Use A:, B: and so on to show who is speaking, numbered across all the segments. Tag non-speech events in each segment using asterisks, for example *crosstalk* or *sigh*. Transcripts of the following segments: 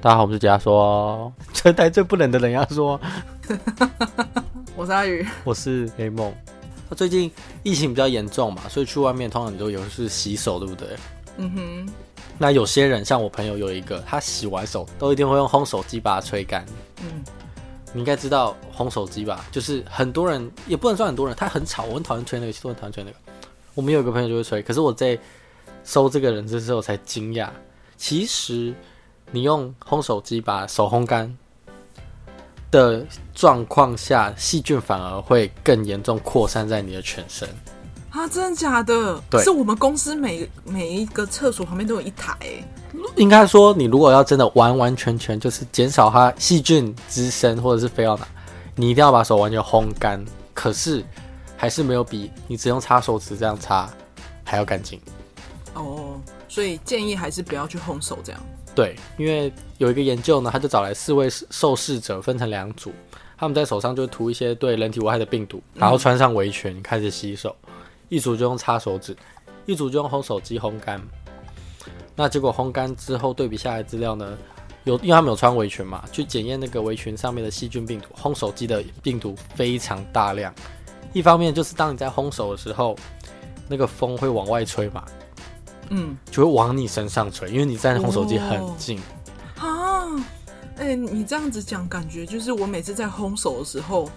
A: 大家好，我们是解压说，全台 *laughs* 最不冷的冷压说，
B: 我是阿宇，
A: 我是黑梦。那最近疫情比较严重嘛，所以去外面通常你都有是洗手，对不对？
B: 嗯哼，
A: 那有些人像我朋友有一个，他洗完手都一定会用烘手机把它吹干。
B: 嗯，
A: 你应该知道烘手机吧？就是很多人也不能算很多人，他很吵，我很讨厌吹那个，其实我很讨厌吹那个。我们有一个朋友就会吹，可是我在收这个人之后才惊讶，其实你用烘手机把手烘干的状况下，细菌反而会更严重扩散在你的全身。
B: 啊，真的假的？
A: 对
B: 是我们公司每每一个厕所旁边都有一台、欸，
A: 应该说，你如果要真的完完全全就是减少它细菌滋生或者是飞到哪，你一定要把手完全烘干。可是还是没有比你只用擦手指这样擦还要干净。
B: 哦，所以建议还是不要去烘手这样。
A: 对，因为有一个研究呢，他就找来四位受试者分成两组，他们在手上就涂一些对人体有害的病毒，然后穿上围裙开始洗手，一组就用擦手指，一组就用烘手机烘干。那结果烘干之后对比下来资料呢，有因为他们有穿围裙嘛，去检验那个围裙上面的细菌病毒，烘手机的病毒非常大量。一方面就是当你在烘手的时候，那个风会往外吹嘛，
B: 嗯
A: 就会往你身上吹，因为你在烘手机很
B: 哦
A: 近。
B: 啊，哎、你这样子讲，感觉就是我每次在烘手的时候，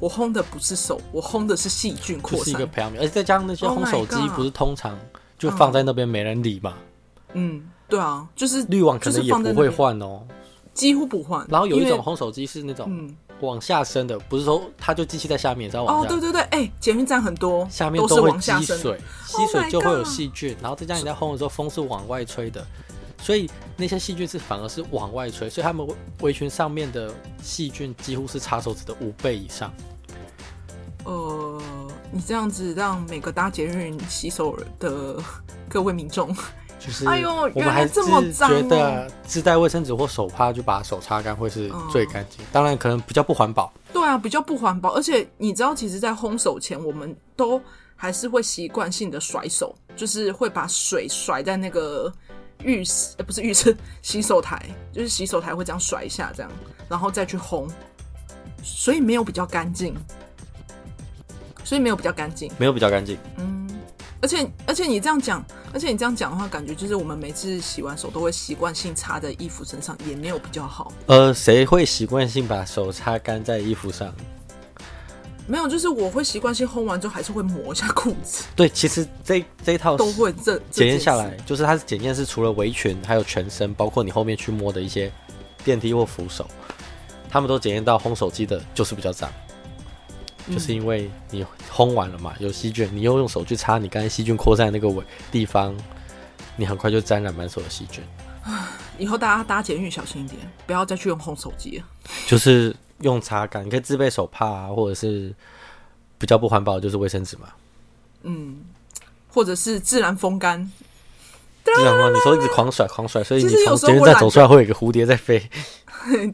B: 我烘的不是手，我烘的是细菌扩
A: 就是一
B: 散
A: 个。培养皿，而且再加上那些
B: Oh
A: 烘
B: my
A: 手机
B: God
A: 不是通常就放在那边没人理嘛，
B: 嗯，对啊，就是
A: 滤网可能
B: 就是
A: 也
B: 放在
A: 不
B: 那
A: 会
B: 边
A: 换哦。
B: 几乎不换。
A: 然后有一
B: 因为
A: 种，烘手机是那种
B: 嗯，
A: 往下伸的，不是说它就机器在下面，只要往
B: 哦，
A: 下，
B: 对对对，哎、捷运站很多，
A: 下面
B: 都
A: 都
B: 是
A: 会
B: 往下
A: 积
B: 伸的。
A: 水，积
B: Oh
A: 水
B: my
A: 就会有
B: God
A: 细菌，然后再加上你在烘的时候风是往外吹的，所以那些细菌是反而是往外吹，所以它们围围裙上面的细菌几乎是擦手指的五倍以上。
B: 呃，你这样子让每个搭捷运洗手的各位民众，
A: 就是，
B: 哎呦
A: 我
B: 原
A: 们
B: 来
A: 还是
B: 这么脏哦
A: 觉得自带卫生纸或手帕就把手擦干会是最干净。当然，可能比较不环保。
B: 对啊，比较不环保。而且你知道，其实，在烘手前，我们都还是会习惯性的甩手，就是会把水甩在那个浴室，呃、不是浴室，洗手台，就是洗手台会这样甩一下，这样，然后再去烘，所以没有比较干净，所以没有比较干净。
A: 没有比较干净，
B: 嗯，而且而且你这样讲，而且你这样讲的话，感觉就是我们每次洗完手都会习惯性擦在衣服身上，也没有比较好。
A: 呃，谁会习惯性把手擦干在衣服上？
B: 没有，就是我会习惯性烘完之后还是会抹一下裤子，
A: 对，其实这这一套
B: 都会这
A: 检验哦下来，，就是它是检验是除了围裙，还有全身，包括你后面去摸的一些电梯或扶手，他们都检验到烘手机的就是比较脏，
B: 嗯
A: 就是因为你烘完了嘛，有细菌，你又用手去擦你刚才细菌扩散的那个尾地方，你很快就沾染满手的细菌。
B: 以后大家搭捷运小心一点，不要再去用烘手机了。
A: 就是用擦干，你可以自备手帕啊，或者是比较不环保的就是卫生纸嘛。
B: 嗯，或者是自然风干， *laughs*
A: 这
B: 啊
A: 样说，你说一直狂甩狂甩，所以你
B: 其实
A: 从
B: 有时候
A: 捷运
B: 我
A: 站
B: 懒
A: 走
B: 得
A: 出来会有一个蝴蝶在飞。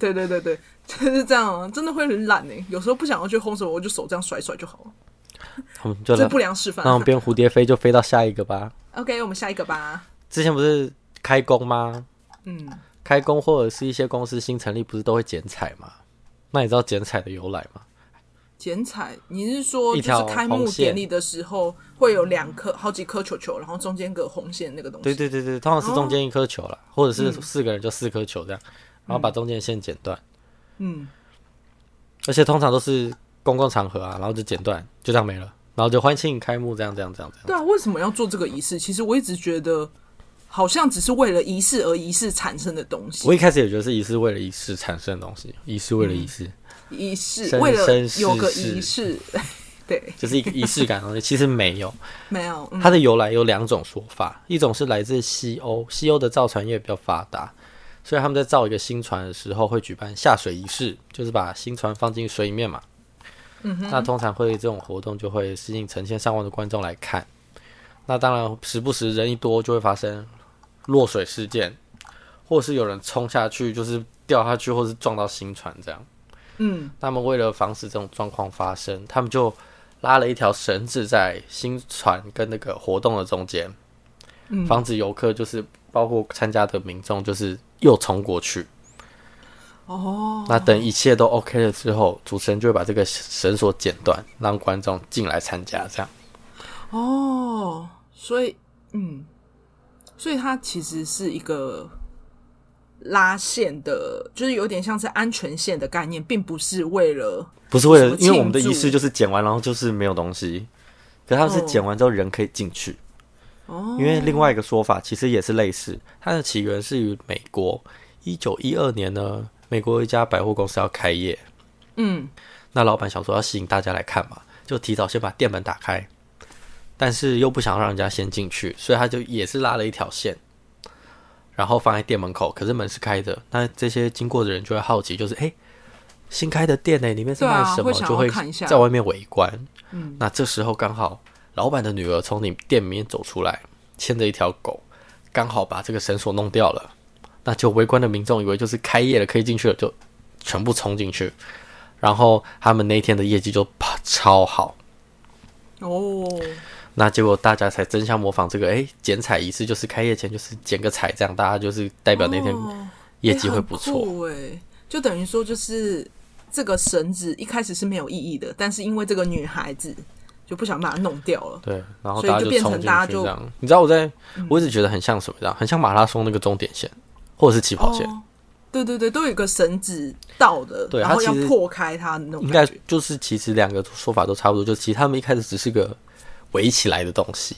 B: 对对对对，就是这样、啊，真的会很懒哎、有时候不想要去烘手，我就手这样甩一甩就好了，
A: 我们就
B: 这
A: 来
B: 是不良示范
A: 那。我们变蝴蝶飞就飞到下一个吧。
B: OK，我们下一个吧。
A: 之前不是开工吗？
B: 嗯，
A: 开工或者是一些公司新成立，不是都会剪彩吗？那你知道剪彩的由来吗？
B: 剪彩，你是说
A: 一
B: 就
A: 条
B: 是开
A: 红
B: 幕
A: 线
B: 典礼的时候会有两颗好几颗球球，然后中间个红线那个东西？
A: 对对对对，通常是中间一颗球啦，
B: 嗯
A: 或者是四个人就四颗球这样，然后把中间的线剪断，
B: 嗯，
A: 而且通常都是公共场合啊，然后就剪断，就这样没了，然后就欢庆开幕这样这样这样这样。
B: 对啊，为什么要做这个仪式？其实我一直觉得，好像只是为了仪式而仪式产生的东西
A: 我，一开始也觉得是仪式为了仪式产生的东西，仪式为了仪
B: 嗯
A: 式，
B: 仪式
A: 生
B: 为了
A: 生世
B: 有个
A: 世
B: 仪式，对，
A: 就是一个仪式感的东西。其实没有，
B: 没有，嗯
A: 它的由来有两种说法，一种是来自西欧，西欧的造船业比较发达，所以他们在造一个新船的时候会举办下水仪式，就是把新船放进水里面嘛。
B: 嗯哼
A: 那通常会这种活动就会吸引成千上万的观众来看。那当然，时不时人一多就会发生落水事件，或是有人冲下去，就是掉下去，或是撞到新船这样。
B: 嗯
A: 他们为了防止这种状况发生，他们就拉了一条绳子在新船跟那个活动的中间，
B: 嗯
A: 防止游客就是包括参加的民众就是又冲过去，
B: 哦，
A: 那等一切都 OK 了之后，主持人就会把这个绳索剪断，让观众进来参加。这样，
B: 哦，所以嗯，所以它其实是一个拉线的，就是有点像是安全线的概念，并不是为了
A: 不是为
B: 什
A: 了
B: 么，庆
A: 因为我们的仪
B: 祝
A: 式就是剪完，然后就是没有东西。可他们是
B: 哦
A: 剪完之后人可以进去，
B: 哦，
A: 因为另外一个说法其实也是类似，它的起源是于美国。一九一二年呢，美国有一家百货公司要开业，
B: 嗯
A: 那老板想说要吸引大家来看嘛，就提早先把店门打开，但是又不想让人家先进去，所以他就也是拉了一条线，然后放在店门口，可是门是开的，那这些经过的人就会好奇，就是诶，新开的店呢、里面是卖什么，
B: 对啊会想要
A: 就会
B: 看一下
A: 在外面围观。嗯，那这时候刚好老板的女儿从你店里面走出来，牵着一条狗，刚好把这个绳索弄掉了。那就围观的民众以为就是开业了可以进去了，就全部冲进去，然后他们那一天的业绩就啪超好。
B: 哦，
A: 那结果大家才争相模仿这个，哎，剪彩仪式就是开业前就是剪个彩，这样大家就是代表那天
B: 哦
A: 业绩会不错。
B: 哎、就等于说就是这个绳子一开始是没有意义的，但是因为这个女孩子就不想把它弄掉了，
A: 对，然后
B: 所以
A: 大家
B: 就
A: 就
B: 变
A: 冲
B: 成
A: 进去
B: 大家就嗯
A: 这样。你知道我在，我一直觉得很像什么这样，很像马拉松那个终点线，或者是起跑线。
B: 哦。对对对，都有一个绳子倒的，
A: 对
B: 然后
A: 它
B: 要
A: 其实
B: 破开它的那种
A: 应该
B: 感觉。
A: 就是其实两个说法都差不多，就其实他们一开始只是个围起来的东西，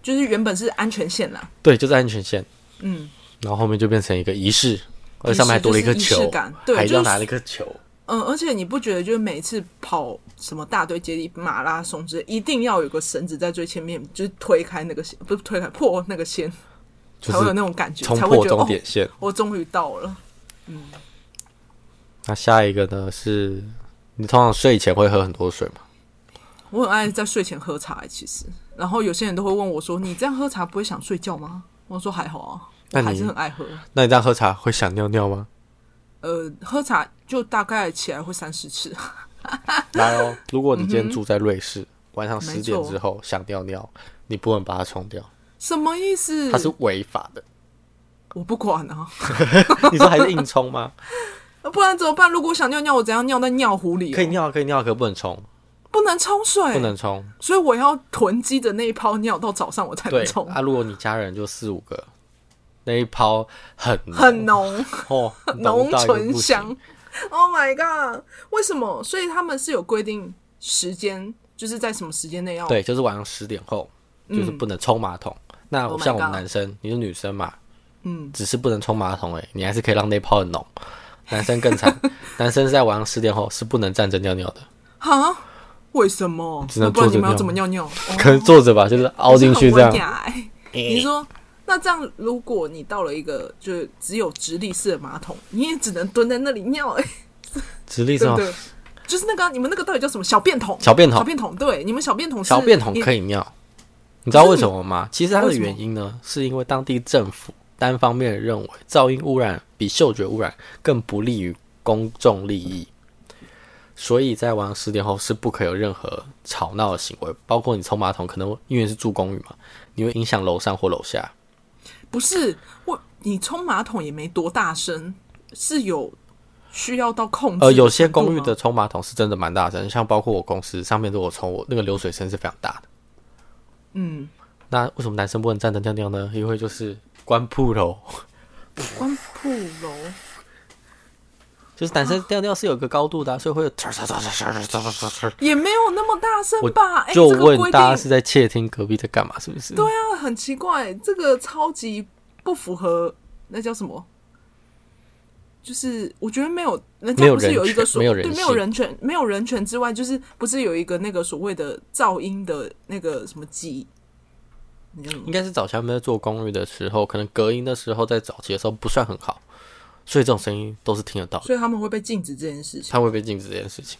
B: 就是原本是安全线啦，
A: 对，就是安全线。
B: 嗯，
A: 然后后面就变成一个仪式，而且上面还多了一颗
B: 就是仪
A: 球
B: 式感，对
A: 还
B: 就是
A: 要拿了一颗球。
B: 嗯，而且你不觉得就是每次跑什么大队接力、马拉松之类，一定要有个绳子在最前面，就是推开那个线，不是推开破那个线，
A: 就
B: 才会有
A: 是
B: 那种感觉，
A: 冲
B: 才会
A: 破
B: 觉得
A: 终
B: 哦，
A: 点线。
B: 我终于到了。
A: 那下一个呢？是你通常睡前会喝很多水吗？
B: 我很爱在睡前喝茶、欸其实，然后有些人都会问我说：“你这样喝茶不会想睡觉吗？”我说：“还好啊，我
A: 那你
B: 还是很爱喝。
A: 那你这样喝茶会想尿尿吗？”
B: 呃，喝茶就大概起来会三十次，
A: 来哦，如果你今天住在瑞士，晚上十
B: 没
A: 点
B: 错
A: 之后想尿尿，你不能把它冲掉，
B: 什么意思？
A: 它是违法的。 *laughs*
B: 我不管啊，呃
A: 你说还是硬冲
B: *laughs*
A: 吗？
B: 不然怎么办？如果我想尿尿，我怎样尿在尿壶里哦、
A: 可以尿，可以尿，啊可不能冲，
B: 不能冲水，
A: 不能
B: *laughs*
A: 冲。
B: 所以我要囤积的那一泡尿到早上我才能
A: 对
B: 冲，
A: 啊，如果你家人就四五个，那一泡很
B: 很浓，
A: *laughs* 哦，
B: 浓
A: 到一个
B: 醇
A: 不行
B: 香。Oh my god！为什么？所以他们是有规定时间，就是在什么时间内要
A: 对，就是晚上十点后，就是不能冲马桶。那
B: 嗯 Oh my
A: 像我们
B: God
A: 男生，你是女生嘛，
B: 嗯，
A: 只是不能冲马桶、欸，你还是可以让那泡很浓。男生更
B: *laughs*
A: 惨，男生在晚上十点后是不能站着尿尿的，
B: 哈？为什么？
A: 只能
B: 不然
A: 坐着
B: 你们要
A: 尿
B: 怎么尿尿？哦
A: 可能坐着吧，就是凹进去这样
B: *laughs* 很文。雅欸你说，那这样如果你到了一个就是只有直立式的马桶，你也只能蹲在那里尿、欸，
A: 直立
B: 对
A: 上
B: 不对？就是那个啊你们那个到底叫什么小便桶？
A: 小便桶
B: 小便桶，对，你们小便桶是
A: 小便桶
B: 你
A: 可以尿，你知道
B: 可是
A: 为
B: 你
A: 什么吗？其实它的
B: 为什么
A: 原因呢，是因为当地政府单方面地认为噪音污染比嗅觉污染更不利于公众利益，所以在晚上十点后是不可有任何吵闹的行为，包括你冲马桶，可能因为是住公寓嘛，你会影响楼上或楼下。
B: 不是我，你冲马桶也没多大声，是有需要到控制的
A: 呃，有些
B: 程度
A: 公寓
B: 吗
A: 的冲马桶是真的蛮大声，像包括我公司上面，如果冲我那个流水声是非常大的。
B: 嗯，
A: 那为什么男生不能站着尿尿呢？因为就是关铺头。
B: 关铺楼
A: 就是男生尿尿是有个高度的啊、所以会有
B: 也没有那么大声吧？哎、
A: 就
B: 这个规
A: 问大家是
B: 定
A: 在窃听隔壁在干嘛，是不是？
B: 对啊，很奇怪，这个超级不符合那叫什么？就是我觉得没有，人
A: 没
B: 家
A: 有
B: 不是有一个
A: 人权
B: 所
A: 没有人
B: 对没
A: 性
B: 有人权，没有人权之外，就是不是有一个那个所谓的噪音的那个什么机？那叫什么
A: 应？该是早前他们在做公寓的时候，可能隔音的时候，在早期的时候不算很好，所以这种声音都是听得到的，
B: 所以他们会被禁止这件事情
A: 它会被禁止这件事情。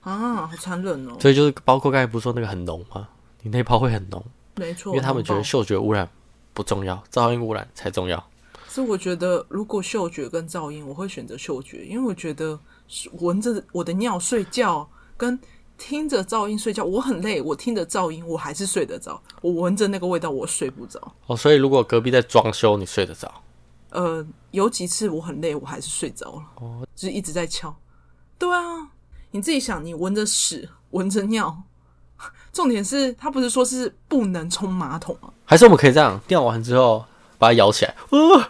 B: 啊，好残忍哦！
A: 所以就是包括刚才不是说那个很浓吗？你那泡会很浓，
B: 没错，
A: 因为他们觉得
B: 很棒
A: 嗅觉污染不重要，噪音污染才重要。
B: 是我觉得，如果嗅觉跟噪音，我会选择嗅觉，因为我觉得是闻着我的尿睡觉跟听着噪音睡觉，我很累，我听着噪音我还是睡得着，我闻着那个味道我睡不着。
A: 哦，所以如果隔壁在装修，你睡得着？
B: 呃，有几次我很累，我还是睡着了，
A: 哦，
B: 就是一直在敲。对啊，你自己想，你闻着屎，闻着尿， *laughs* 重点是他不是说是不能冲马桶啊吗？
A: 还是我们可以这样，尿完之后把它摇起来，哦，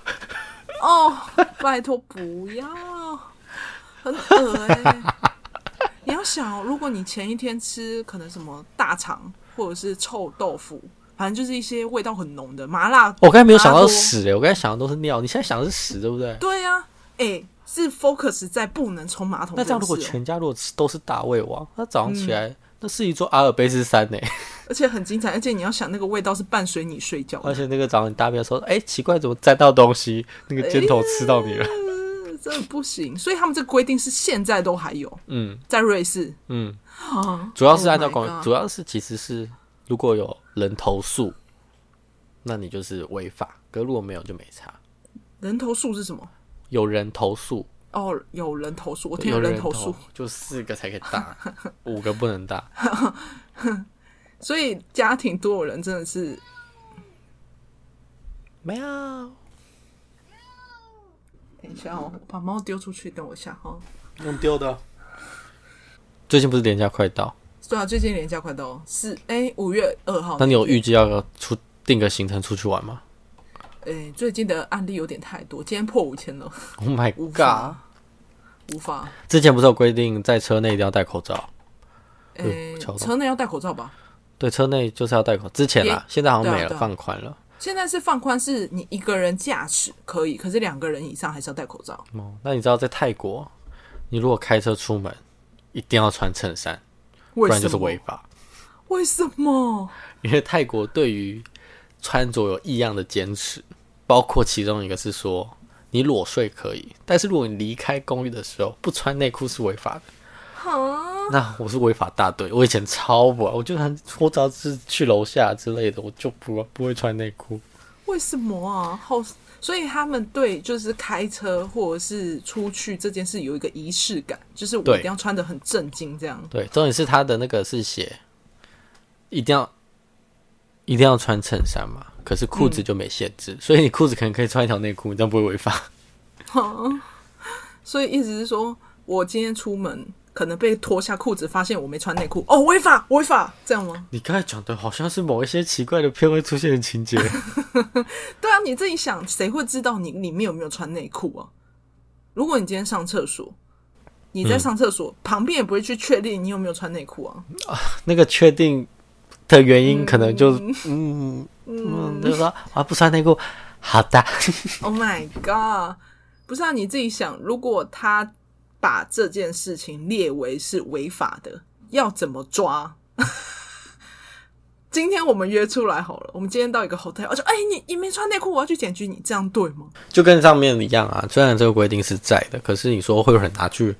B: 哦，拜托不要，很恶哎、你要想哦，如果你前一天吃可能什么大肠或者是臭豆腐，反正就是一些味道很浓的麻辣，
A: 我刚才没有想
B: 麻
A: 到
B: 辣锅
A: *laughs* 屎、欸，我刚才想的都是尿，你现在想的是屎，对不对？
B: 对呀、啊，哎、是 focus 在不能冲马桶
A: 那这样
B: 件
A: 如果
B: 事哦嗯
A: 全家如果吃都是大胃王，那早上起来、那是一座阿尔卑斯山
B: *laughs*
A: 呢、
B: 而且很精彩，而且你要想那个味道是伴随你睡
A: *laughs*
B: 觉的
A: 而且那个早上你大便的时候，哎、奇怪，怎么沾到东西？那个尖头吃到你了。
B: 呃真的不行。所以他们这个规定是现在都还有，
A: 嗯
B: 在瑞士
A: 嗯，
B: 啊，
A: 主要是按照
B: Oh my
A: 公，
B: God
A: 主要是其实是如果有人投诉，那你就是违法；可如果没有就没差。
B: 人投诉是什么？
A: 有人投诉，
B: 哦，有人投诉，我听
A: 有
B: 人
A: 人
B: 投诉，
A: 就四个才可以打，
B: *laughs*
A: 五个不能打。
B: 所以家庭多有人真的是
A: 没有，
B: 等一下哦，我把猫丢出去，等我一下哈、哦。
A: 弄丢的。最近不是廉价快到，
B: 对啊，最近廉价快到是哎五月二号，
A: 那你有预计要出定个行程出去玩吗
B: 哎最近的案例有点太多，今天破五千了，
A: ？Oh my
B: 无
A: god！
B: 法无法。
A: 之前不是有规定在车内一定要戴口罩？
B: 哎、
A: 嗯敲到
B: 车内要戴口罩吧？
A: 对，车内就是要戴口。之前啦
B: 也，
A: 现在好像
B: 对啊
A: 没了，
B: 对啊
A: 放宽了。
B: 现在是放宽，是你一个人驾驶可以，可是两个人以上还是要戴口罩。
A: 哦，那你知道在泰国，你如果开车出门，一定要穿衬衫，
B: 不
A: 不然就是违法。
B: 为什么？
A: 因为泰国对于穿着有异样的坚持，包括其中一个是说，你裸睡可以，但是如果你离开公寓的时候不穿内裤是违法的。
B: 哈，
A: 那我是违法大队，我以前超不，我就很我只要是去楼下之类的，我就不不会穿内裤。
B: 为什么啊？好，所以他们对就是开车或者是出去这件事有一个仪式感，就是我
A: 对
B: 一定要穿的很正经这样。
A: 对，重点是他的那个是写，一定要一定要穿衬衫嘛，可是裤子就没限制，所以你裤子可能可以穿一条内裤，你这样不会违法。
B: 哈，所以意思是说我今天出门可能被脱下裤子，发现我没穿内裤，哦，违法违法，这样吗？
A: 你刚才讲的好像是某一些奇怪的片会出现的情节，
B: 对啊，你自己想，谁会知道你里面有没有穿内裤啊？如果你今天上厕所，你在上厕所、旁边也不会去确定你有没有穿内裤啊。
A: 那个确定的原因可能就是嗯嗯，就是说啊不穿内裤，好的，
B: Oh my god！不是啊，你自己想，如果他把这件事情列为是违法的，要怎么抓？ *laughs* 今天我们约出来好了，我们今天到一个 hotel，我说：“哎、你你没穿内裤，我要去检举你，这样对吗
A: 就跟上面一样啊。虽然这个规定是在的，可是你说会有人拿去，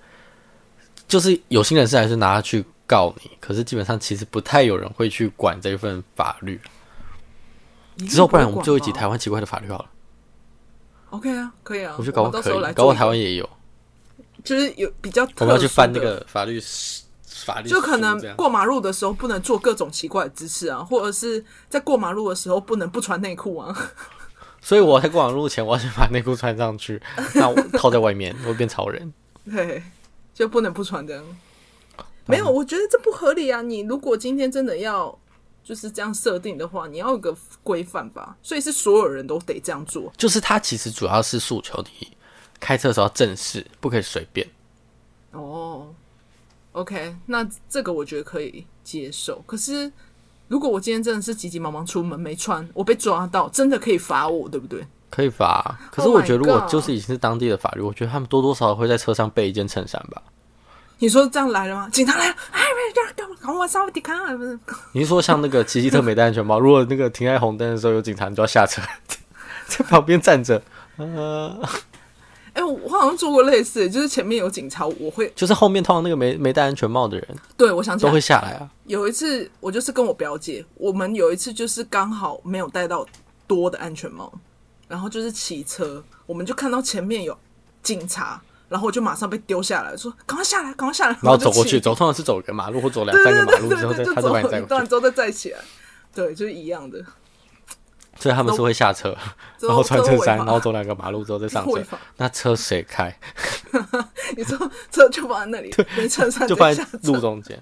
A: 就是有心人士还是拿去告你，可是基本上其实不太有人会去管这份法律。？”之后不然我们做一集台湾奇怪的法律好了，
B: OK 啊，可以啊，
A: 我觉得搞
B: 们
A: 不好
B: 到
A: 可
B: 时候来
A: 以，搞不好
B: 做一
A: 台
B: 个
A: 湾也有，
B: 就是有比较
A: 我
B: 特
A: 们要去翻那
B: 殊的
A: 个法律法律书这样，
B: 就可能过马路的时候不能做各种奇怪的姿势啊，或者是在过马路的时候不能不穿内裤啊。
A: 所以我在过马路前，我要先把内裤穿上去，那我套在外面，我会变超人。
B: 对，就不能不穿这样。没有，我觉得这不合理啊！你如果今天真的要就是这样设定的话，你要有个规范吧。所以是所有人都得这样做。
A: 就是他其实主要是诉求你开车的时候要正式，不可以随便。
B: 哦，OK，那这个我觉得可以接受。可是如果我今天真的是急急忙忙出门没穿，我被抓到，真的可以罚我，对不对？
A: 可以吧？可是
B: Oh my
A: 我觉得，如果
B: God
A: 就是已经是当地的法律，我觉得他们多多少少会在车上备一件衬衫吧。
B: 你说这样来了吗？警察来了，哎，不要，赶我稍微抵抗，不是？
A: 你是说像那个奇迹特美戴安全帽，如果那个停在红灯的时候有警察，你就要下车，在旁边站着，呃，
B: 哎、我我好像做过类似的，就是前面有警察，我会
A: 就是后面通常那个没没戴安全帽的人
B: 对我想起
A: 都
B: 来
A: 会下来啊。
B: 有一次，我就是跟我表姐，我们有一次就是刚好没有戴到多的安全帽，然后就是骑车，我们就看到前面有警察，然后我就马上被丢下来，说赶快下来，赶快下来，
A: 然后
B: 我就
A: 走过
B: 骑
A: 去，走通常是走个马路或走两
B: 对
A: 三
B: 对
A: 个马路
B: 对
A: 之后，
B: 对
A: 再
B: 对，
A: 他
B: 就
A: 再把
B: 走
A: 你载
B: 一
A: 过
B: 段
A: 去。
B: 之后再再起来，对，就是一样的。
A: 所以他们是会下车，
B: 然
A: 然后穿衬衫，然后走两个马路之后再上
B: 违
A: 车。
B: 法，
A: 那车谁开？
B: 你说车就放在 *laughs* 那里，没衬衫
A: 就
B: 直接
A: 放在
B: 下车
A: 路中间。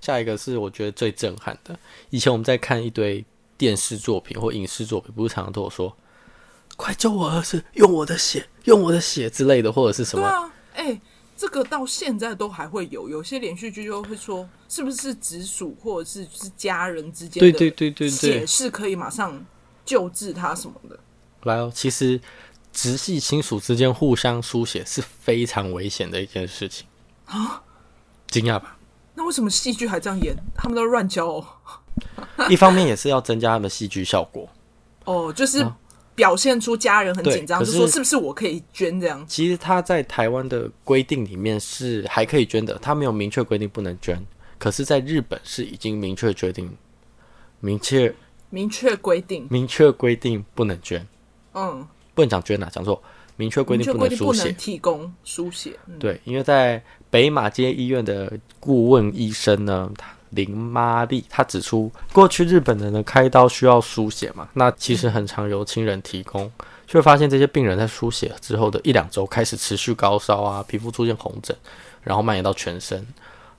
A: 下一个是我觉得最震撼的，以前我们在看一堆电视作品或影视作品，不是常常都有说“快救我儿子，用我的血，用我的血”之类的，或者是什
B: 对
A: 么？
B: 啊，哎、这个到现在都还会有，有些连续剧就会说，是不是直属或者是是家人之间
A: 对
B: 的
A: 对对对
B: 血
A: 对，
B: 是可以马上救治他什么的。
A: 来哦，其实直系亲属之间互相输血是非常危险的一件事情啊！惊讶吧？
B: *laughs* 那为什么戏剧还这样演？他们都乱教哦，
A: 一方面也是要增加他们戏剧效果，
B: 哦，就是表现出家人很
A: 啊对
B: 紧张，
A: 可
B: 就是说是不是我可以捐这样？
A: 其实他在台湾的规定里面是还可以捐的，他没有明确规定不能捐。可是，在日本是已经明确决定，明确
B: 明确规定，
A: 明确规定不能捐，
B: 嗯，
A: 不能讲捐啊，讲错，明确规
B: 明
A: 定
B: 确
A: 不能
B: 规定
A: 输
B: 不
A: 血
B: 能。提供输血，嗯，
A: 对，因为在北马街医院的顾问医生呢，他林妈丽，他指出，过去日本人的开刀需要输血嘛，那其实很常由亲人提供，却发现这些病人在输血之后的一两周开始持续高烧啊，皮肤出现红疹，然后蔓延到全身，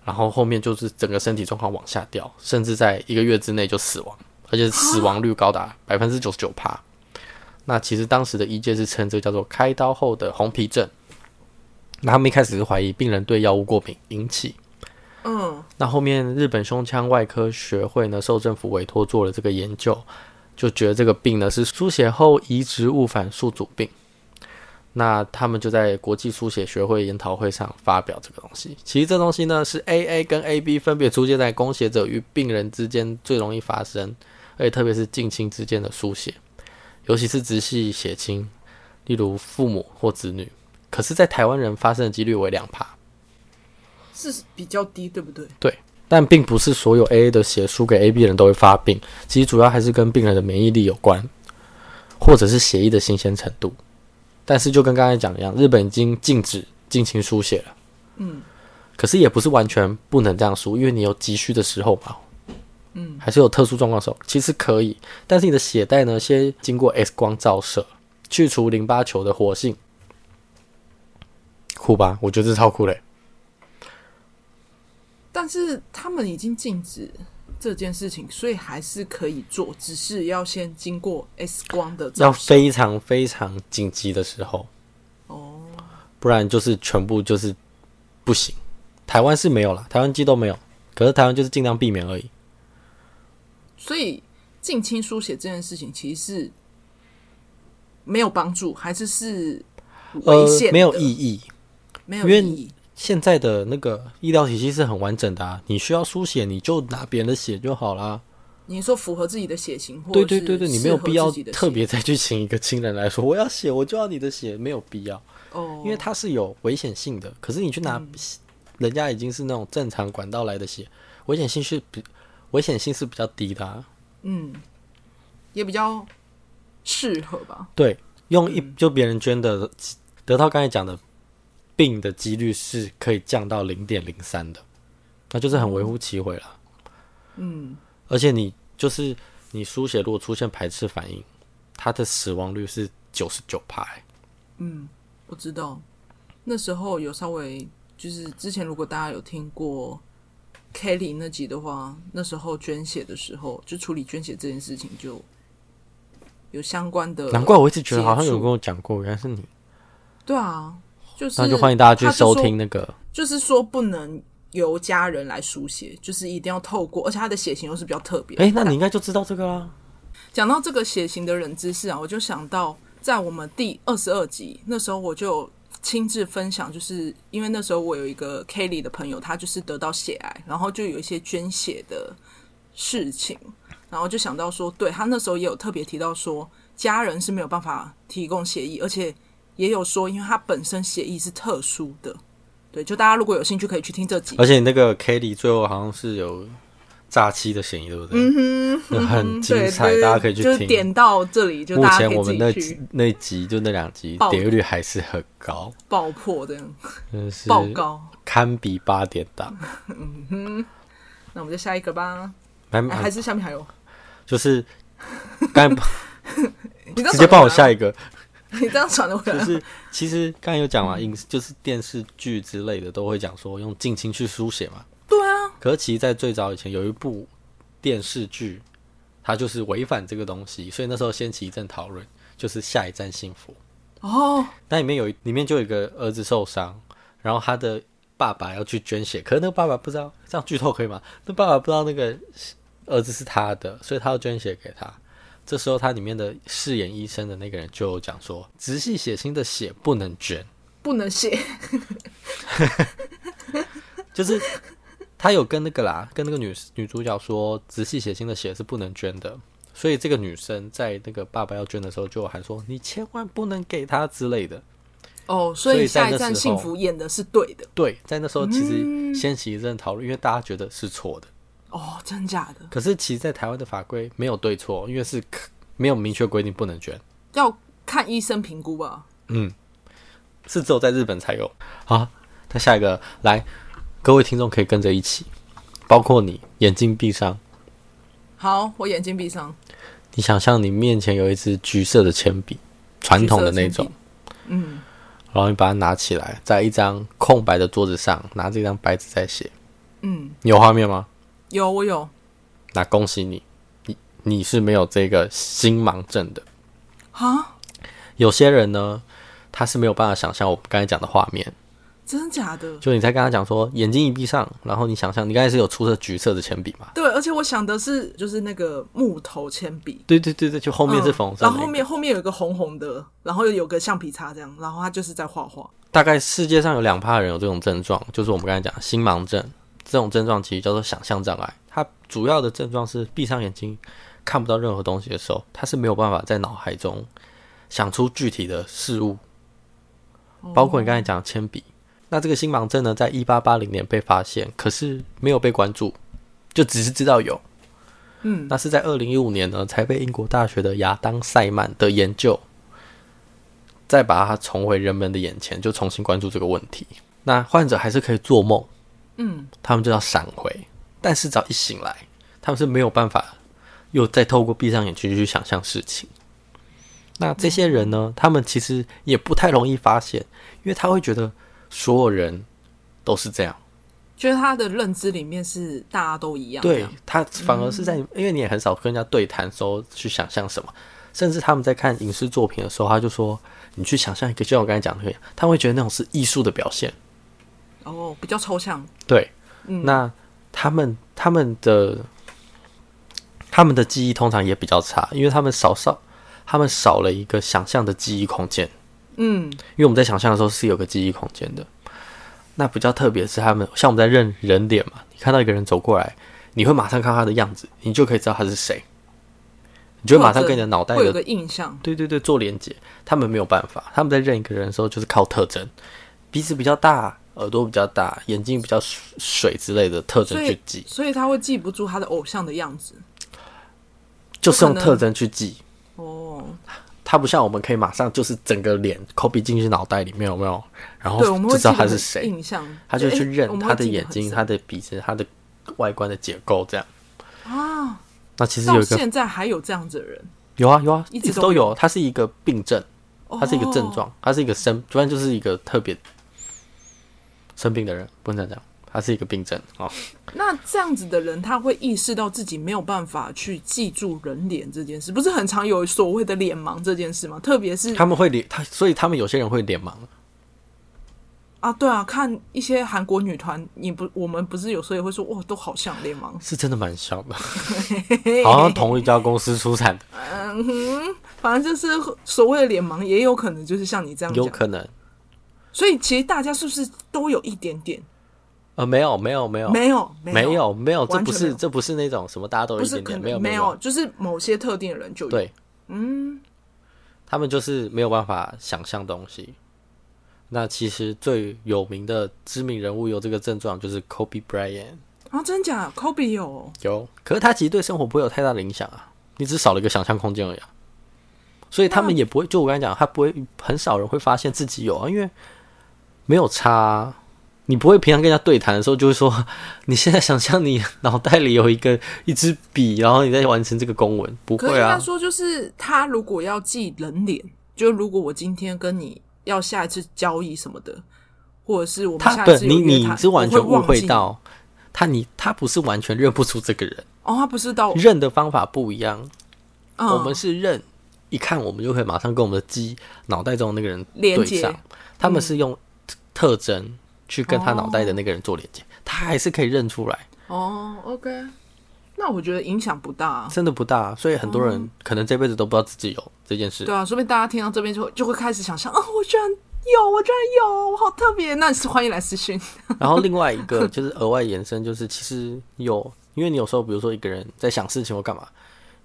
A: 然后后面就是整个身体状况往下掉，甚至在一个月之内就死亡，而且死亡率高达百分之九十九趴。那其实当时的医界是称这个叫做开刀后的红皮症。那他们一开始是怀疑病人对药物过敏引起。
B: 嗯，
A: 那后面日本胸腔外科学会呢，受政府委托做了这个研究，就觉得这个病呢是输血后移植物反宿主病。那他们就在国际输血学会研讨会上发表这个东西。其实这东西呢是 AA 跟 AB 分别出现在供血者与病人之间最容易发生，而且特别是近亲之间的输血，尤其是直系血亲，例如父母或子女。可是，在台湾人发生的几率为两趴。
B: 是比较低，对不对？
A: 但并不是所有 AA 的血输给 AB 人都会发病，其实主要还是跟病人的免疫力有关，或者是血液的新鲜程度。但是就跟刚才讲的一样，日本已经禁止近亲输血了。
B: 嗯，
A: 可是也不是完全不能这样输，因为你有急需的时候嘛。嗯，还是有特殊状况的时候，其实可以，但是你的血袋呢，先经过 X 光照射，去除淋巴球的活性，酷吧？我觉得这超酷嘞。
B: 但是他们已经禁止这件事情，所以还是可以做，只是要先经过 X 光的
A: 要
B: 照射。
A: 非常非常紧急的时候，
B: 哦，
A: 不然就是全部就是不行。台湾是没有啦，台湾机都没有，可是台湾就是尽量避免而已。
B: 所以近亲书写这件事情其实是没有帮助，还是是
A: 呃
B: 危险、，
A: 没有意，义。
B: 没有
A: 因为
B: 意义。
A: 现在的那个医疗体系是很完整的啊，你需要输血，你就拿别人的血就好啦。
B: 你说符合自己的血型，或
A: 对
B: 者
A: 对对对，
B: 是
A: 你没有
B: 适合
A: 必要
B: 自己的血
A: 特别再去请一个亲人来说我要血，我就要你的血，没有必要，
B: 哦，
A: 因为它是有危险性的。可是你去拿，
B: 嗯
A: 人家已经是那种正常管道来的血，危险性是比危险性是比较低的、啊。
B: 嗯也比较适合吧。
A: 对，用
B: 嗯
A: 一就别人捐的，得到刚才讲的病的几率是可以降到零点零三的，那就是很微乎其微了。
B: 嗯，
A: 而且你就是你输血如果出现排斥反应，它的死亡率是九十九趴。
B: 呃
A: 欸
B: 我知道，那时候有稍微就是之前如果大家有听过 Kelly 那集的话，那时候捐血的时候，就处理捐血这件事情就有相关的。
A: 难怪我一直觉得好像有人
B: 接
A: 跟我讲过，原来是你。
B: 触对啊，就是
A: 那就欢迎大家
B: 他
A: 去
B: 就说
A: 收听那个，
B: 就是说不能由家人来书写，就是一定要透过，而且他的血型又是比较特别的。
A: 哎、那你应该就知道这个啦。
B: 讲到这个血型的冷知识啊，我就想到在我们第二十二集那时候，我就有亲自分享，就是因为那时候我有一个 Kelly 的朋友，他就是得到血癌，然后就有一些捐血的事情，然后就想到说，对他那时候也有特别提到说，家人是没有办法提供血液，而且也有说，因为他本身血液是特殊的。对，就大家如果有兴趣，可以去听这集。
A: 而且你那个 Kelly 最后好像是有诈欺的嫌疑，对不对？
B: 嗯
A: 那很精
B: 对
A: 彩
B: 对
A: 大家可以去
B: 就是
A: 听
B: 点到这里，就
A: 目
B: 大家
A: 前
B: 可以
A: 我
B: 自
A: 们那
B: 己去
A: 集那集就那两集
B: 爆
A: 点阅率还是很高。
B: 爆破这样
A: 真的是
B: 爆高。
A: 堪比八点档，
B: 那我们就下一个吧。
A: 蛮
B: 哎、
A: 蛮
B: 还是下面还有
A: 就是刚才
B: *laughs* 你这样
A: 哎直接帮我
B: 传
A: 下
B: 得
A: 一个，
B: 回来吗， *laughs* 你这样传的回
A: 就
B: 来吗，
A: 是其实刚才有讲嘛，影视就是电视剧之类的都会讲说用近亲去书写嘛。
B: 对啊，
A: 可是其实，在最早以前有一部电视剧，它就是违反这个东西，所以那时候掀起一阵讨论，就是《下一站幸福》。
B: 哦，
A: 那里面有一里面就有一个儿子受伤，然后他的爸爸要去捐血，可是那个爸爸不知道这样剧透可以吗？那爸爸不知道那个儿子是他的，所以他要捐血给他。这时候，他里面的饰演医生的那个人就有讲说，直系血亲的血不能捐，
B: 不能写，
A: 就是他有跟那个啦，跟那个女女主角说，直系血亲的血是不能捐的。所以这个女生在那个爸爸要捐的时候，就有喊说：“你千万不能给他之类的。”
B: 哦，所
A: 所
B: 以
A: 以在
B: 下
A: 那
B: 一
A: 时
B: 站
A: 候
B: 幸福演的是对的，
A: 对，在那时候其实掀起一阵讨论，因为大家觉得是错的。
B: 哦，真假的，
A: 可是其实，在台湾的法规没有对错，因为是可没有明确规定不能捐，嗯
B: 要看医生评估吧。
A: 是只有在日本才有。好，那下一个来，各位听众可以跟着一起，包括你，眼睛闭上，
B: 好，我眼睛闭上，
A: 你想象你面前有一支橘色的铅笔，传统的那
B: 橘色
A: 种
B: 铅笔，嗯，
A: 然后你把它拿起来，在一张空白的桌子上，拿这张白纸在写。
B: 嗯，
A: 你有画面吗？
B: 有我有，
A: 那恭喜你，你你是没有这个心盲症的。
B: 啊，
A: 有些人呢，他是没有办法想象我刚才讲的画面。
B: 真假的？
A: 就你在跟他讲说，眼睛一闭上，然后你想象，你刚才是有出色橘色的铅笔嘛？
B: 对，而且我想的是就是那个木头铅笔，
A: 对对对对，就后面是粉红色、
B: 嗯然后后，面后面有一个红红的，然后又有个橡皮擦这样，然后他就是在画画。
A: 大概世界上有两趴人有这种症状，就是我们刚才讲的心盲症这种症状，其实叫做想象障碍。它主要的症状是闭上眼睛看不到任何东西的时候，它是没有办法在脑海中想出具体的事物，
B: 哦嗯
A: 包括你刚才讲的铅笔。那这个心盲症呢，在一八八零年被发现，可是没有被关注，就只是知道有。
B: 嗯，
A: 那是在二零一五年呢，才被英国大学的亚当·塞曼的研究，再把它重回人们的眼前，就重新关注这个问题。那患者还是可以做梦，
B: 嗯，
A: 他们就要闪回，但是只要一醒来，他们是没有办法又再透过闭上眼睛去想象事情。那这些人呢，他们其实也不太容易发现，因为他会觉得所有人都是这样。
B: 就是他的认知里面是大家都一样这
A: 对
B: 样，
A: 他反而是在你，因为你也很少跟人家对谈的时候去想象什么，甚至他们在看影视作品的时候，他就说你去想象一个，就像我刚才讲的那样，他会觉得那种是艺术的表现。
B: 哦，比较抽象，
A: 对，
B: 嗯
A: 那他们他们的他们的记忆通常也比较差，因为他们少少他们少了一个想象的记忆空间。
B: 嗯，
A: 因为我们在想象的时候是有个记忆空间的。那比较特别是他们，像我们在认人脸嘛，你看到一个人走过来，你会马上看他的样子，你就可以知道他是谁，你就会马上跟你的脑袋
B: 会有
A: 的
B: 个印象，
A: 对对对做连接。他们没有办法，他们在认一个人的时候就是靠特征，鼻子比较大，耳朵比较大，眼睛比较水之类的特征
B: 所
A: 去
B: 以
A: 记，
B: 所以他会记不住他的偶像的样子。
A: 就是用
B: 可能
A: 特征去记。
B: 哦，
A: 它不像我们可以马上就是整个脸 copy 进去脑袋里面有没有，然后
B: 对，我们
A: 就
B: 会
A: 知
B: 记
A: 道
B: 得
A: 他是
B: 很
A: 谁。
B: 印象，
A: 他就去
B: 诶我
A: 认
B: 们
A: 他
B: 会
A: 的
B: 记得
A: 眼
B: 很
A: 睛、
B: 深
A: 他的鼻子、他的外观的结构这样。
B: 啊，
A: 那其实有
B: 到
A: 一个
B: 现在还有这样子的人，
A: 有啊有啊，
B: 一
A: 一
B: 直
A: 直
B: 都
A: 都
B: 有
A: 有，它是一个病症，它是一个症
B: 哦
A: 状，它是一个生，反正就是一个特别生病的人，不能这样讲，它是一个病症哦。
B: 那这样子的人，他会意识到自己没有办法去记住人脸这件事，不是很常有所谓的脸盲这件事吗？特别是
A: 他们会脸，他所以他们有些人会脸盲，
B: 啊，对啊，看一些韩国女团，你不，我们不是有时候也会说，哇，都好像脸盲，
A: 是真的蛮像
B: *laughs*
A: 的，好像同一家公司出产的，
B: 嗯哼，反正就是所谓的脸盲，也有可能就是像你这样
A: 有
B: 讲，
A: 可能。
B: 所以其实大家是不是都有一点点？
A: 呃，没有没有没有
B: 没有，没有，
A: 没有没有，这
B: 完
A: 不
B: 全没
A: 是
B: 有
A: 这不是那种什么大家都有
B: 不
A: 一
B: 是
A: 点
B: 可
A: 点，
B: 能
A: 没有
B: 没
A: 没有
B: 有，就是某些特定的人就有。
A: 对，嗯，他们就是没有办法想象东西。那其实最有名的知名人物有这个症状，就是 Kobe Bryant
B: 啊，真假？Kobe 有哦
A: 有，可是他其实对生活不会有太大的影响啊，你只是少了一个想象空间而已、啊。所以他们也不会，就我刚才讲，他不会很少人会发现自己有啊，因为没有差啊、你不会平常跟人家对谈的时候就会说， *laughs* 你现在想象你脑袋里有一个一支笔，然后你在完成这个公文，不
B: 可是
A: 会
B: 应该
A: 啊？
B: 说，就是他如果要记人脸，就如果我今天跟你要下一次交易什么的，或者是我们
A: 他
B: 下
A: 不
B: 一
A: 是，
B: 次
A: 你
B: 有约
A: 你
B: 谈
A: 是完全
B: 我会
A: 误
B: 忘
A: 会
B: 记
A: 到他你，他不是完全认不出这个人，
B: 哦，他不是到
A: 认的方法不一样。
B: 嗯，
A: 我们是认，一看我们就可以马上跟我们的鸡脑袋中的那个人
B: 连
A: 对
B: 接嗯
A: 上。他们是用特特征去跟他脑袋的那个人做连接，他还是可以认出来，
B: 哦，OK，那我觉得影响不大、啊。
A: 真的不大。所以很多
B: 哦
A: 人可能这辈子都不知道自己有这件事
B: 对。啊，说不定大家听到这边就会就会开始想象，啊，我居然有，我居然有，我好特别。那是欢迎来私讯。
A: 然后另外一个就是额外延伸，就是其实有，因为你有时候比如说一个人在想事情或干嘛，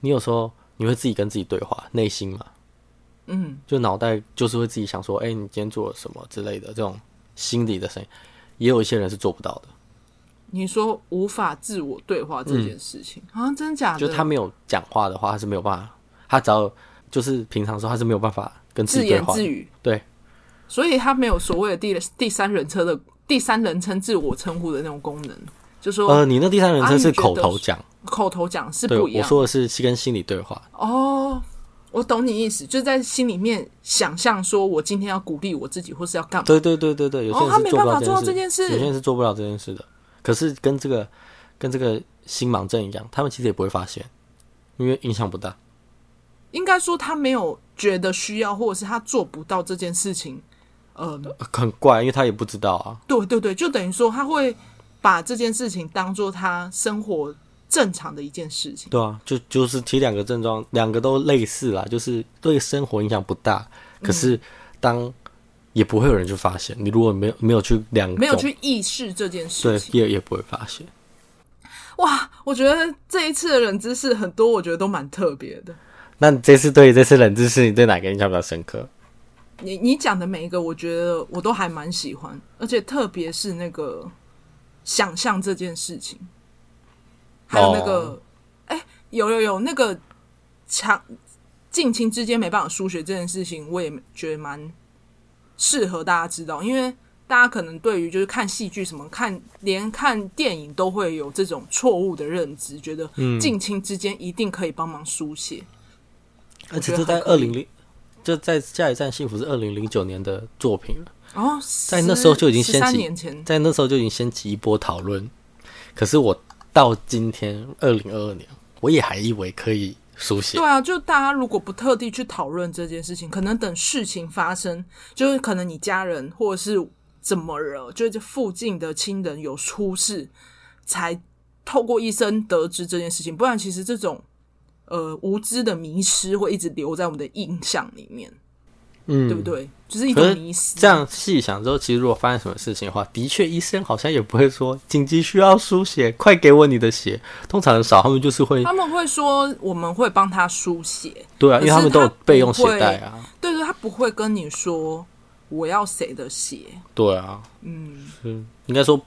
A: 你有时候你会自己跟自己对话，内心嘛，
B: 嗯，
A: 就脑袋就是会自己想说，哎、你今天做了什么之类的这种心理的声音，也有一些人是做不到的。
B: 你说无法自我对话这件事情、啊，真的假的？
A: 嗯就他没有讲话的话，他是没有办法，他只要就是平常的时候，他是没有办法跟自
B: 自
A: 己对
B: 言
A: 话的。
B: 自语，
A: 对，
B: 所以他没有所谓的第第三人称的第三人称自我称呼的那种功能，就说、
A: 呃，你那第三人称
B: 啊
A: 是
B: 你觉得
A: 口头讲，
B: 口头讲是
A: 对，
B: 不一
A: 我
B: 样。
A: 说的是跟心理对话，
B: 哦，我懂你意思，就是在心里面想象说我今天要鼓励我自己，或是要干嘛。
A: 对对对对对，有些
B: 哦他
A: 人是
B: 没
A: 做不
B: 办
A: 到
B: 法做到
A: 这
B: 这件事
A: 有些人是做不了这件事的。可是跟这个跟这个心盲症一样，他们其实也不会发现，因为影响不大。
B: 应该说他没有觉得需要，或者是他做不到这件事情。呃，
A: 呃很怪，因为他也不知道啊。
B: 对对对，就等于说他会把这件事情当做他生活正常的一件事情。
A: 对啊，就就是提两个症状，两个都类似啦，就是对生活影响不大，可
B: 嗯
A: 是当也不会有人去发现，你如果没有没有去两种，
B: 没有去意识这件事
A: 对
B: 情，
A: 也也不会发现。
B: 哇！我觉得这一次的冷知识很多，我觉得都蛮特别的。
A: 那你这次对于这次冷知识，你对哪个印象比较深刻？
B: 你你讲的每一个，我觉得我都还蛮喜欢，而且特别是那个想象这件事情，还有那
A: 哦
B: 个，哎、有有有那个强近亲之间没办法输血这件事情，我也觉得蛮适合大家知道，因为大家可能对于就是看戏剧什么看，连看电影都会有这种错误的认知，觉得
A: 嗯
B: 近亲之间一定可以帮忙输血。
A: 而且
B: 觉
A: 这在
B: 得很
A: 二
B: 可以
A: 零零，就在《下一站幸福》是二零零九年的作品了，
B: 哦，
A: 在那时候就已经掀
B: 三
A: 起
B: 年前，
A: 在那时候就已经掀起一波讨论。可是我到今天二零二二年，我也还以为可以书写
B: 对，啊，就大家如果不特地去讨论这件事情，可能等事情发生，就是可能你家人或者是怎么了，就是附近的亲人有出事，才透过医生得知这件事情。不然，其实这种呃无知的迷失会一直留在我们的印象里面，
A: 嗯，
B: 对不对？就是一
A: 可
B: 种
A: 是
B: 迷失。
A: 这样细想之后，其实如果发生什么事情的话，的确医生好像也不会说紧急需要输血，快给我你的血。通常很少，他们就是会
B: 他们会说我们会帮他输血，
A: 对啊，因为
B: 哦可是
A: 他们都有
B: 他
A: 备用血
B: 不会
A: 袋啊，
B: 对对，他不会跟你说我要谁的血，
A: 对啊，
B: 嗯，
A: 嗯，应该说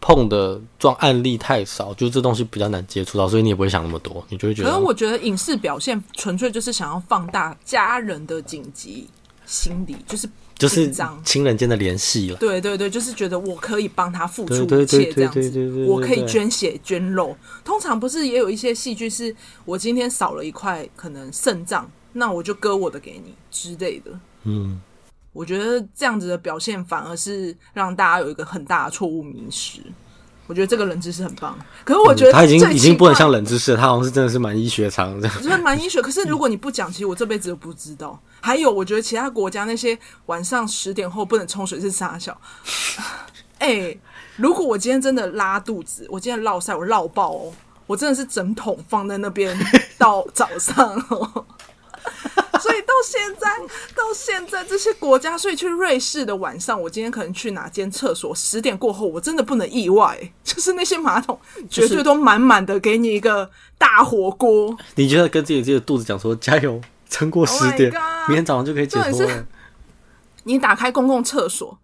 A: 碰的撞案例太少，就这东西比较难接触到，所以你也不会想那么多，你就会觉
B: 可
A: 得
B: 是我觉得影视表现纯粹就是想要放大家人的紧急心理，就是
A: 就是
B: 紧张
A: 亲人间的联系了。
B: 对对对，就是觉得我可以帮他付
A: 对
B: 出
A: 对对
B: 一切这样
A: 对对对对对
B: 子，
A: 对
B: 我可以捐血捐肉。通常不是也有一些戏剧是我今天少了一块可能肾脏，那我就割我的给你之类的。
A: 嗯，
B: 我觉得这样子的表现反而是让大家有一个很大的错误迷失。我觉得这个人知识很棒，可是我觉得
A: 他已经
B: 最
A: 已经
B: 奇
A: 不能
B: 怪
A: 像冷知识了，他好像是真的是 *laughs* 蛮医学常这样。
B: *laughs* 就是蛮医学。可是如果你不讲，其实我这辈子都不知道。还有，我觉得其他国家那些晚上十点后不能冲水是傻笑。 *laughs* 哎、如果我今天真的拉肚子，我今天落晒，我落爆哦，我真的是整桶放在那边到早上哦。 *laughs* 所以到现在，到现在这些国家，所以去瑞士的晚上，我今天可能去哪间厕所，十点过后，我真的不能意外，就是那些马桶绝对都满满的，给你一个大火锅。
A: 你就要跟自己自己的肚子讲说加油，撑过
B: Oh
A: 十
B: my
A: 点
B: God
A: 明天早上就可以解
B: 重
A: 脱
B: 点
A: 了
B: 是。你打开公共厕所，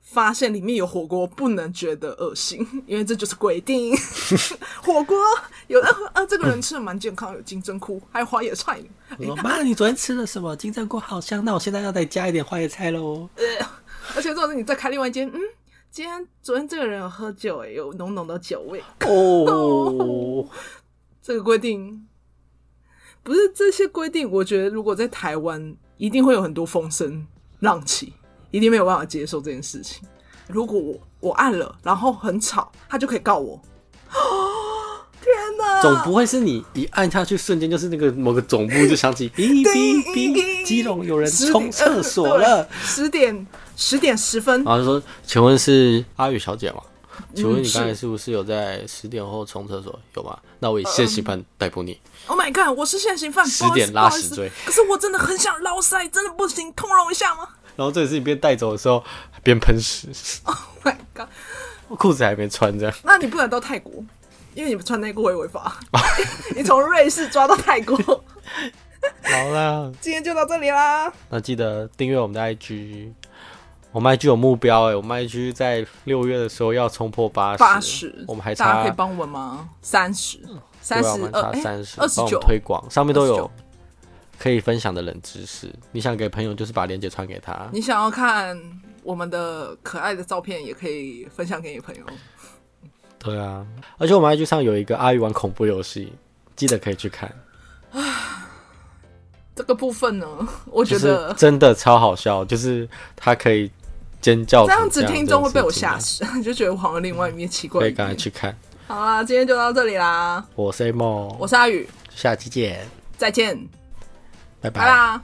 B: 发现里面有火锅，不能觉得恶心， *laughs* 因为这就是规定。火锅有的啊，这个人吃的蛮健康，有金针菇，还有花椰菜。
A: 我说妈，你昨天吃了什么？金
B: *laughs*
A: 针菇好香，那我现在要再加一点花椰菜喽。
B: 而且重点是你再开另外一间，嗯，今天昨天这个人有喝酒、欸，有浓浓的酒味。
A: 哦，
B: 这个规定不是这些规定，我觉得如果在台湾，一定会有很多风声浪起，一定没有办法接受这件事情。如果我我按了，然后很吵，他就可以告我。 *gasps* 哦，天哪！
A: 总不会是你一按下去瞬间就是那个某个总部就
B: *laughs*
A: 响起哔哔哔，基隆有人
B: 10
A: 冲厕
B: *laughs*
A: 所了，啊
B: 十点十点十分，
A: 然后就说：“请问是阿宇小姐吗？请问你
B: 嗯是
A: 刚才是不是有在十点后冲厕所？有吗？那我以
B: 嗯
A: 现行犯逮捕你。
B: Oh my god！我是现行犯，
A: 10点
B: 不好
A: 拉
B: 意思
A: 屎罪。
B: 不好意思可是我真的很想捞塞，真的不行，通融一下吗
A: 然后这也是你边带走的时候还边喷屎， *laughs*
B: ？Oh my god！
A: 裤子还没穿这样。
B: 那你不能到泰国，因为你们穿内裤会违法。 *laughs* 你从瑞士抓到泰国，
A: 好啦，
B: *laughs* 今天就到这里啦。
A: 那记得订阅我们的 IG。我们 IG 有目标哎、我们 IG 在六月的时候要冲破八十，
B: 八十，
A: 我们还
B: 大家
A: 差
B: 可以帮我们吗？三十，
A: 对
B: 三
A: 啊，
B: 十呃
A: 我们
B: 二，
A: 差三十，
B: 二十
A: 帮我们
B: 九，
A: 推广，上面都有
B: 29
A: 可以分享的冷知识。你想给朋友，就是把链接传给他。
B: 你想要看我们的可爱的照片，也可以分享给你朋友。
A: 对啊，而且我们 IG 上有一个阿玉玩恐怖游戏，记得可以去看，
B: 这个部分呢， *laughs* 我
A: 就
B: 觉
A: 是
B: 得
A: 真的超好笑，就是他可以尖叫
B: 这样子
A: 成
B: 听众会被我
A: 真的
B: 吓
A: 是
B: 死，就觉得我好像另外一面奇
A: 啊惊讶。可
B: 怪
A: 以
B: 一
A: 赶快
B: 面。
A: 去看。
B: 好啦，今天就到这里啦，
A: 我是 A 梦，
B: 我是阿宇，
A: 下期见，
B: 再见，
A: 拜
B: 拜啦。